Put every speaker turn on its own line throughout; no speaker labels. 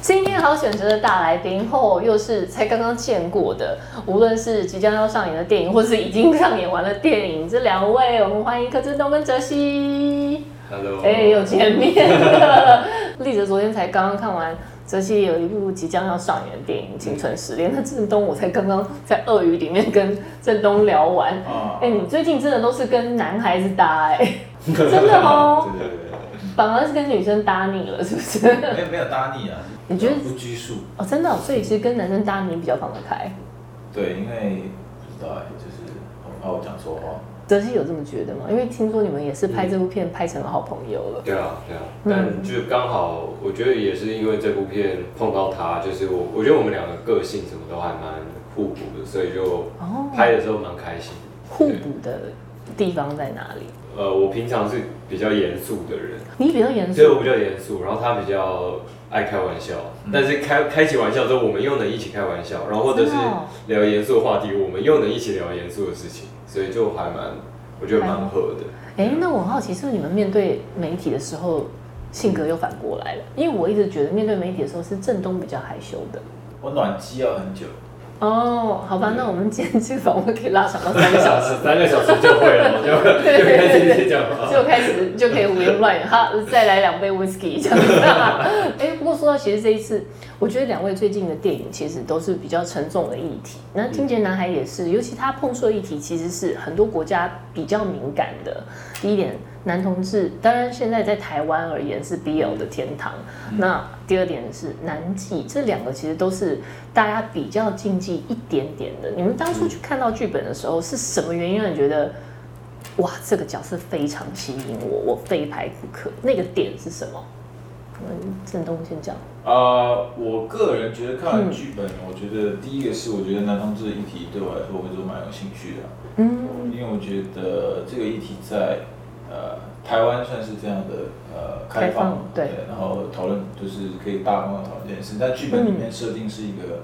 今天好选择的大来宾后，又是才刚刚见过的，无论是即将要上演的电影，或是已经上演完了电影，这两位我们欢迎柯震东跟泽熙。
Hello，
哎、又 见面了。丽哲昨天才刚刚看完泽熙有一部即将要上演的电影《青春失恋》，那郑东我才刚刚在鳄鱼里面跟郑东聊完。
啊
哎、你最近真的都是跟男孩子搭哎、真的哦，
对对对对
反而是跟女生搭腻了，是不是？
对，没有没有搭腻啊，
你觉得
不拘束？
哦，真的哦、所以其实跟男生搭你比较放得开。
对，因为不知道哎，就是我怕我讲错话。
泽熙有这么觉得吗？因为听说你们也是拍这部片拍成了好朋友了。
对啊，对啊，
嗯
但就刚好，我觉得也是因为这部片碰到他，就是我，我觉得我们两个个性什么都还蛮互补的，所以就
哦，
拍的时候蛮开心的。
互补的地方在哪里？
呃，我平常是比较严肃的人，
你比较严
所以我
肃
比较严肃，然后他比较爱开玩笑，
嗯
但是开开起玩笑之后，我们又能一起开玩笑，然后或者是
真的哦
聊严肃的话题，我们又能一起聊严肃的事情，所以就还蛮，我觉得蛮合的。
哎、那我很好奇，是不是你们面对媒体的时候，性格又反过来了？因为我一直觉得面对媒体的时候是郑东比较害羞的。
我暖机要很久，
哦，好吧，那我们今天这访问可以拉长到三个小时。
时三个小时就会了， 就就开始一起讲 话。
就开始就可以胡言乱语，哈，再来两杯 whisky 这样子。 哎、不过说到其实这一次，我觉得两位最近的电影其实都是比较沉重的议题。那《听见男孩》也是，尤其他碰触的议题其实是很多国家比较敏感的。第一点，男同志，当然现在在台湾而言是 BL 的天堂。那第二点是男妓，这两个其实都是大家比较禁忌一点点的。你们当初去看到剧本的时候，是什么原因让你觉得？哇，这个角色非常吸引我，我非拍不可。那个点是什么？我们郑东先讲。
呃，我个人觉得看
嗯
完剧本，我觉得第一个是我觉得男同志议题对我来说，我就蛮有兴趣的啊、
嗯，
因为我觉得这个议题在呃台湾算是这样的呃
开
开
放
放，
对
然后讨论就是可以大方的讨论这件事，但剧本里面设定是一个、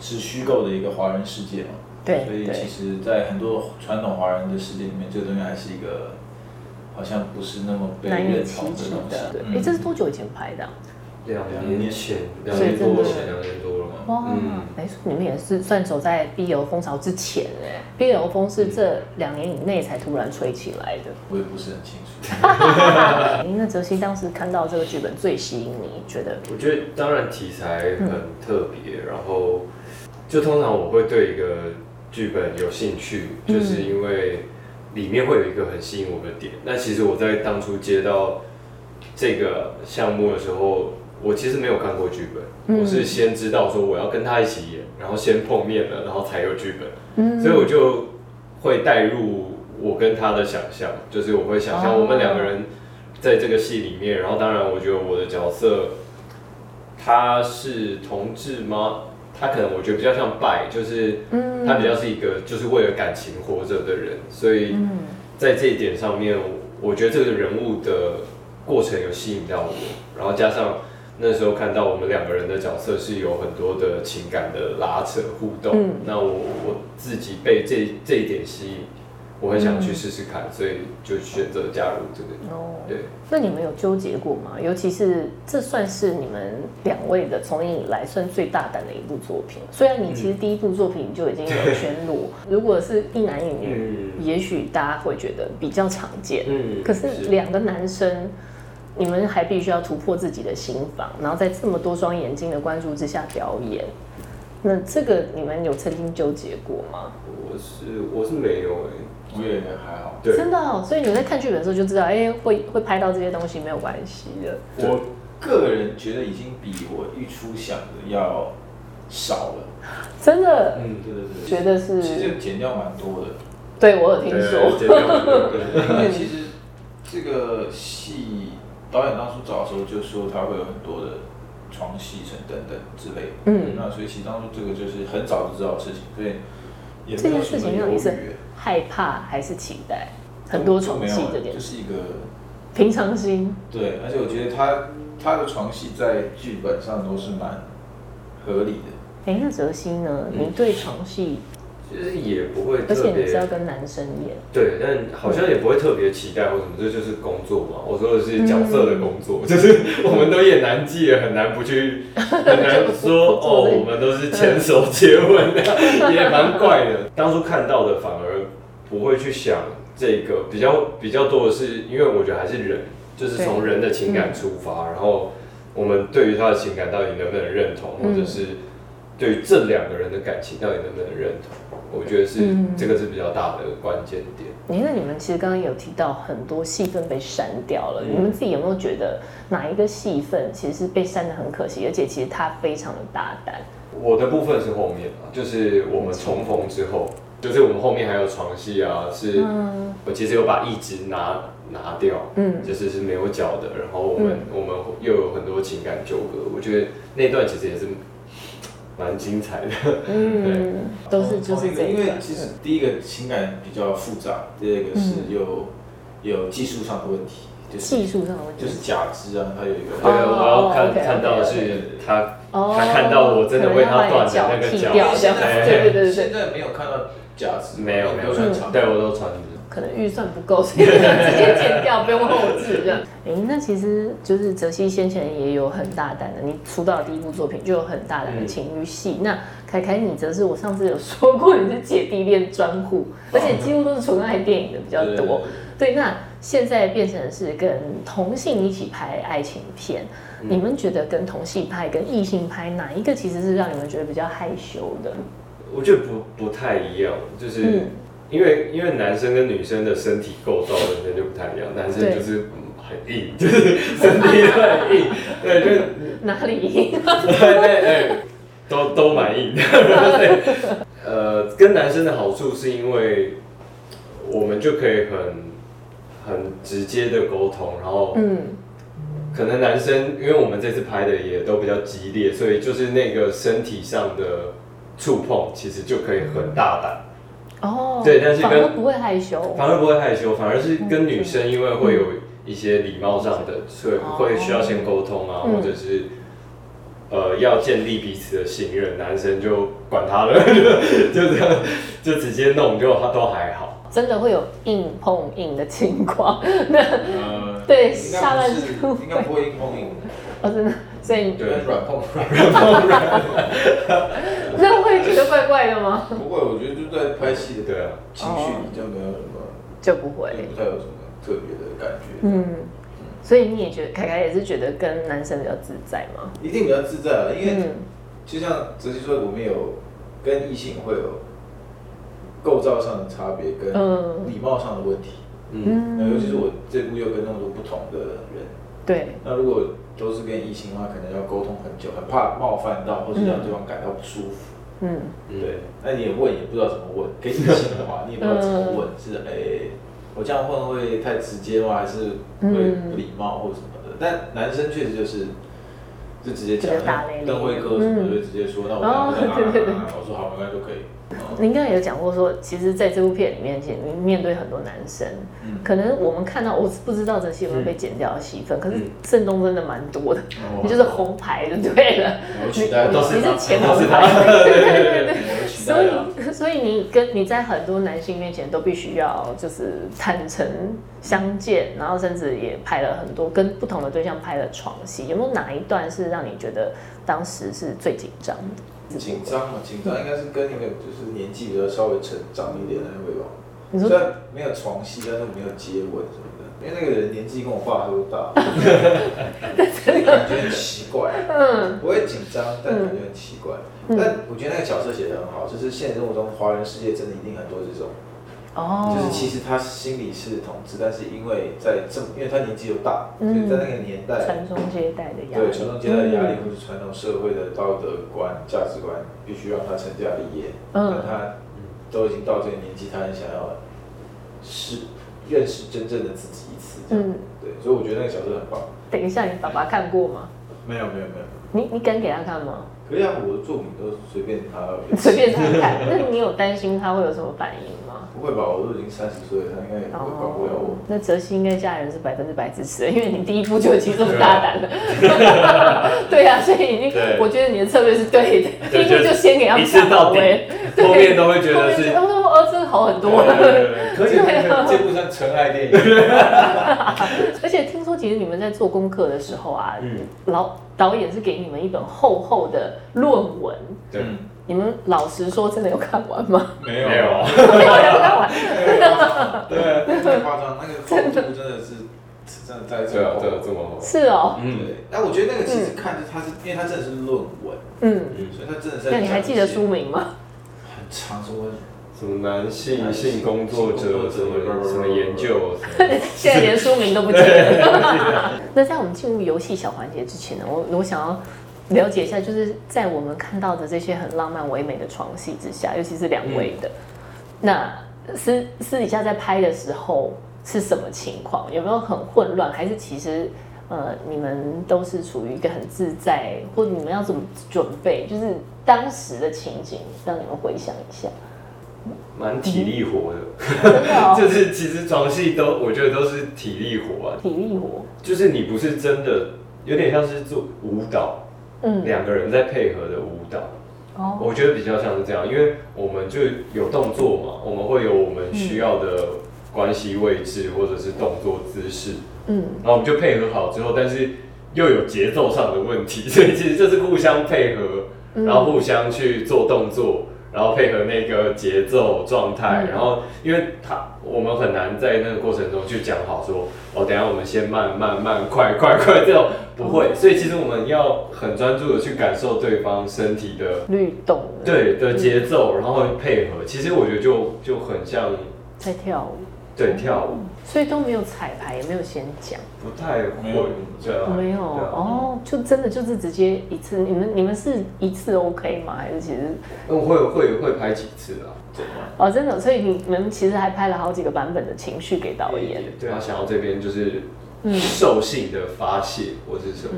是虚构的一个华人世界嘛，
对
所以
对
其实，在很多传统华人的世界里面，这个东西还是一个好像不是那么被
难以
认
启
同
齿
东嗯
的。对，哎、
西。
这是多久以前拍的啊、
两
年
年前，两
所以
年
真的
多前，两年多了嘛。
哇，
嗯
没错，你们也是算走在 BL 风潮之前哎、BL 风
嗯
是这两年以内才突然吹起 来的。
我也不是很清楚。
哎那泽熙当时看到这个剧本最吸引你，觉得
我觉得当然题材很特别，然后就通常我会对一个剧本有兴趣，
嗯
就是因为里面会有一个很吸引我的点。那其实我在当初接到这个项目的时候，我其实没有看过剧本，
嗯
我是先知道说我要跟他一起演，然后先碰面了，然后才有剧本。
嗯
所以我就会带入我跟他的想象，就是我会想象
哦
我们两个人在这个戏里面，然后当然我觉得我的角色他是同志吗？他可能我觉得比较像拜，就是
嗯
他比较是一个就是为了感情活着的人，所以
嗯
在这一点上面，我觉得这个人物的过程有吸引到我，然后加上那时候看到我们两个人的角色是有很多的情感的拉扯互动，
嗯
那我我自己被这这一点吸引，我很想去试试看，所以就选择加入这个。
哦。
对，
那你们有纠结过吗？尤其是这算是你们两位的从影以来算最大胆的一部作品。虽然你其实第一部作品就已经有全裸，如果是一男一女，
嗯
也许大家会觉得比较常见。
嗯
可是两个男生，你们还必须要突破自己的心房，然后在这么多双眼睛的关注之下表演。那这个你们有曾经纠结过吗？
我是我是没有哎、
我也还好。
对
真的哦、所以你们在看剧本的时候就知道，哎、会会拍到这些东西没有关系的。
对
我个人觉得已经比我预初想的要少了。
真的，
嗯
对对对，
觉得是
其实减掉蛮多的。
对我有听说，
对这个
嗯
因为其实这个戏导演当初找的时候就说他会有很多的床戏程等等之类的，
嗯
那所以其实当初这个就是很早就知道的事情，所以也
这
没
件
有
事
什么
情让
犹
你
豫
是
欸，
害怕还是期待？很多
就
床
没有
戏
欸
啊
这点
就，是一个
平常心，
对，而且我觉得他他的床戏在剧本上都是蛮合理的，
哎、那泽熙呢？
嗯
你对床戏
就是也不会
而
特
且你是要
别
跟男生演，
对，但好像也不会特别期待或什么，这就是工作嘛。我说的是角
嗯
色的工作， 就是我们都演男妓了，很难不 去，很难
做
说哦
这，个嗯
我们都是牵手接吻的，也蛮怪的。当初看到的反而不会去想这个，比较比较多的是，因为我觉得还是人，就是从人的
嗯
情感出发，然后我们对于他的情感到底能不能认同，
嗯
或者是对于这两个人的感情到底能不能认同，我觉得是、
嗯
这个是比较大的关键点。
你看你们其实刚刚有提到很多戏份被删掉了，
嗯
你们自己有没有觉得哪一个戏份其实被删的很可惜，而且其实他非常的大胆，
我的部分是后面啊，就是我们重逢之后，就是我们后面还有床戏啊，是
嗯
我其实有把一直拿拿掉，
嗯
就是是没有脚的，然后我们、我们又有很多情感纠葛，我觉得那段其实也是蛮精彩的，
嗯，都是就是这嗯
因
一
为
段，
其实第一个情感比较复杂，第二个是有、有技术上的问题，就
嗯
是
技术上的问题
就是假肢啊，它有一个
对，
哦
我要看
OK，OK，
看到的是
OK
他
哦
他看到我真的为他断的那个
可能要把你脚踢掉
脚
这样子，对
哎
对对对对
现。在没有看到假肢，
没有没有
嗯
穿
穿
长，
对我都穿
可能预算不够，所以我 们直接剪掉，不用后置 这样。哎、那其实就是泽西先前也有很大胆的，你出道的第一部作品就有很大
嗯
胆的情欲戏。那凯凯，你则是我上次有说过，你是姐弟恋专户，而
哦
且几乎都是纯爱电影的比较
对
多。对，那现在变成是跟同性一起拍爱情片，
嗯
你们觉得跟同性拍跟异性拍哪一个其实是让你们觉得比较害羞的？
我觉得不不太一样，就是、
嗯
因为因为男生跟女生的身体构造本身就不太一样，男生
对
就是嗯很硬， 就是身体都很硬，对，就
哪里？
对对对，都都蛮硬的。 对呃，跟男生的好处是因为我们就可以很很直接的沟通，然后
嗯，
可能男生，因为我们这次拍的也都比较激烈，所以就是那个身体上的触碰，其实就可以很大胆，
哦，
对但是
反
跟
而不会害羞。
反而不会害羞，反而是跟女生，因为会有一些礼貌上的，所以会需要先沟通啊，
嗯
或者是呃要建立彼此的信任，男生就管他了， 就就这样就直接弄，就他都还好。
真的会有硬碰硬的情况。 那
呃
对
应该不
下半
是
身
应该不会硬碰硬，
哦，真的，所以
对
对，软碰软。
那会觉得怪怪的吗？
不过我觉得就在拍戏的
对啊，
情绪比较没有什么，
就不
也
会。
不太有什么特别的感觉，
哦嗯，所以你也觉得凯凯也是觉得跟男生比较自在吗？
一定比较自在啊。因为
嗯，
就像泽熙说，我们有跟异性会有构造上的差别，跟
嗯
礼貌上的问题。
嗯，
那
嗯，
尤其是我这部又跟那么多不同的人，
对，
那如果都是跟异性的话，可能要沟通很久，很怕冒犯到，或是让对方感到不舒服。
嗯，
对，那你也问也不知道怎么问，给你信的话，你也不知道怎么问，是哎、我这样问会太直接吗？还是会不礼貌或什么的？但男生确实就是就直接讲哎
直接打雷，雷
邓辉哥什么的就直接说，那我
哦
这样
对对对
啊，我说好，那就可以。嗯
你应该有讲过说，其实在这部片里面，其实你面对很多男生，
嗯
可能我们看到我不知道这戏有没有被剪掉的戏份，可是
嗯
郑东真的蛮多的，
哦
你就是红牌就对了。
我取代
你
都
是
是他
前
都
红
是
牌，对对对对。
我取
所
代了。
以，所以你跟你在很多男性面前都必须要就是坦诚相见，然后甚至也拍了很多跟不同的对象拍了床戏，有没有哪一段是让你觉得当时是最紧张的？
紧张嘛，紧张应该是跟那个就是年纪比较稍微成长一点的那位吧。
你
虽
说
然没有床戏，但是没有接吻什么的，因为那个人年纪跟我爸都 大，感觉很奇怪。嗯，不会紧张，但感觉很奇怪。
嗯
但我觉得那个角色写得很好，就是现实生活中华人世界真的一定很多这种，
哦，
就是其实他心里是同志，但是因为在这么，因为他年纪又大，所
嗯
以在那个年代，
传宗接代的压力，
呃对传宗接代的压力，或是传统社会的道德观、价值观，必须让他成家立业。
嗯
但他都已经到这个年纪，他很想要是认识真正的自己一次。这样
嗯，
对，所以我觉得那个小说很棒。
等一下，你爸爸看过吗？
没有没有没有，
你你敢给他看吗？
可以啊，我的作品都随便他，
随便他 看。那你有担心他会有什么反应吗？
不会吧？我都已经三十岁了，他应该也不会管不了我。
哦那泽熙应该家人是百分之百支持的，因为你第一步就已经这么大胆了。 对呀、啊，所以你
对
我觉得你的策略是对的，第一
对
步就先给他
一
们
次
下
到
好
底
威，对
后面都会觉
后
得
面
是
就，哦，哦这个好很多
对对
了。
对对
可以，这部算纯爱电 影。
而且听说，其实你们在做功课的时候啊，
嗯，
老导演是给你们一本厚厚的论文，
对，
嗯
你们老实说，真的有看完 吗？
没有
没有啊，
没有人看完。
对，啊太夸张，那个厚度真的是是真的在
对
这
啊，对啊，
厚。
这么好，
是哦，
嗯，
对，那我觉得那个其实看着它是，因为它真的是论文，
嗯，
所以它真的是。
那你还记得书？名吗？
很长，什么
什么男性性工作者，什么什么研 究，什么
现在连书名都不 记得。 那在我们进入游戏小环节之前呢，我我想要。了解一下，就是在我们看到的这些很浪漫唯美的床戏之下，尤其是两位
嗯
的，那私私底下在拍的时候是什么情况？有没有很混乱？还是其实呃，你们都是处于一个很自在，或者你们要怎么准备？就是当时的情景，让你们回想一 下。
蛮体力活的，
真的哦，
就是其实床戏都我觉得都是体力活啊，
体力活，
就是你不是真的，有点像是做舞蹈，
嗯，
两个人在配合的舞蹈，
哦，
我觉得比较像是这样，因为我们就有动作嘛，我们会有我们需要的关系位置或者是动作姿势，
嗯。
然后我们就配合好之后，但是又有节奏上的问题， 所以其实就是互相配合，
嗯
然后互相去做动作，然后配合那个节奏状态，
嗯
然后因为他我们很难在那个过程中去讲好说，哦，等一下我们先慢慢慢快快快这种不会，
哦
所以其实我们要很专注的去感受对方身体的。
律动，，嗯
对的节奏，然后配合，其实我觉得就就很像
在跳舞，
对跳舞，
所以都没有彩排，也没有先讲，
不太
没有
会对啊，
没有
对啊
哦，就真的就是直接一次，你们你们是一次 OK 吗？还是其实
嗯，会会会拍几次啊？
怎么？
哦真的，所以你们其实还拍了好几个版本的情绪给导演，
对啊，想要这边就是
嗯
兽性的发泄或是什么，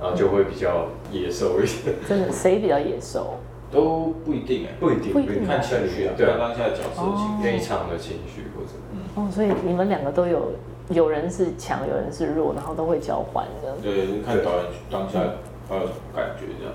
然后就会比较野兽一点，
真的谁比较野兽？
都不一定哎，
不一定，
不一定
看情
嗯
绪啊，
对
看
啊，
当下的角色的情绪。
那一场的情绪或者
哦，所以你们两个都有，有人是强，有人是弱，然后都会交换的。
呃对，就是看导演当下他有什么感觉这样。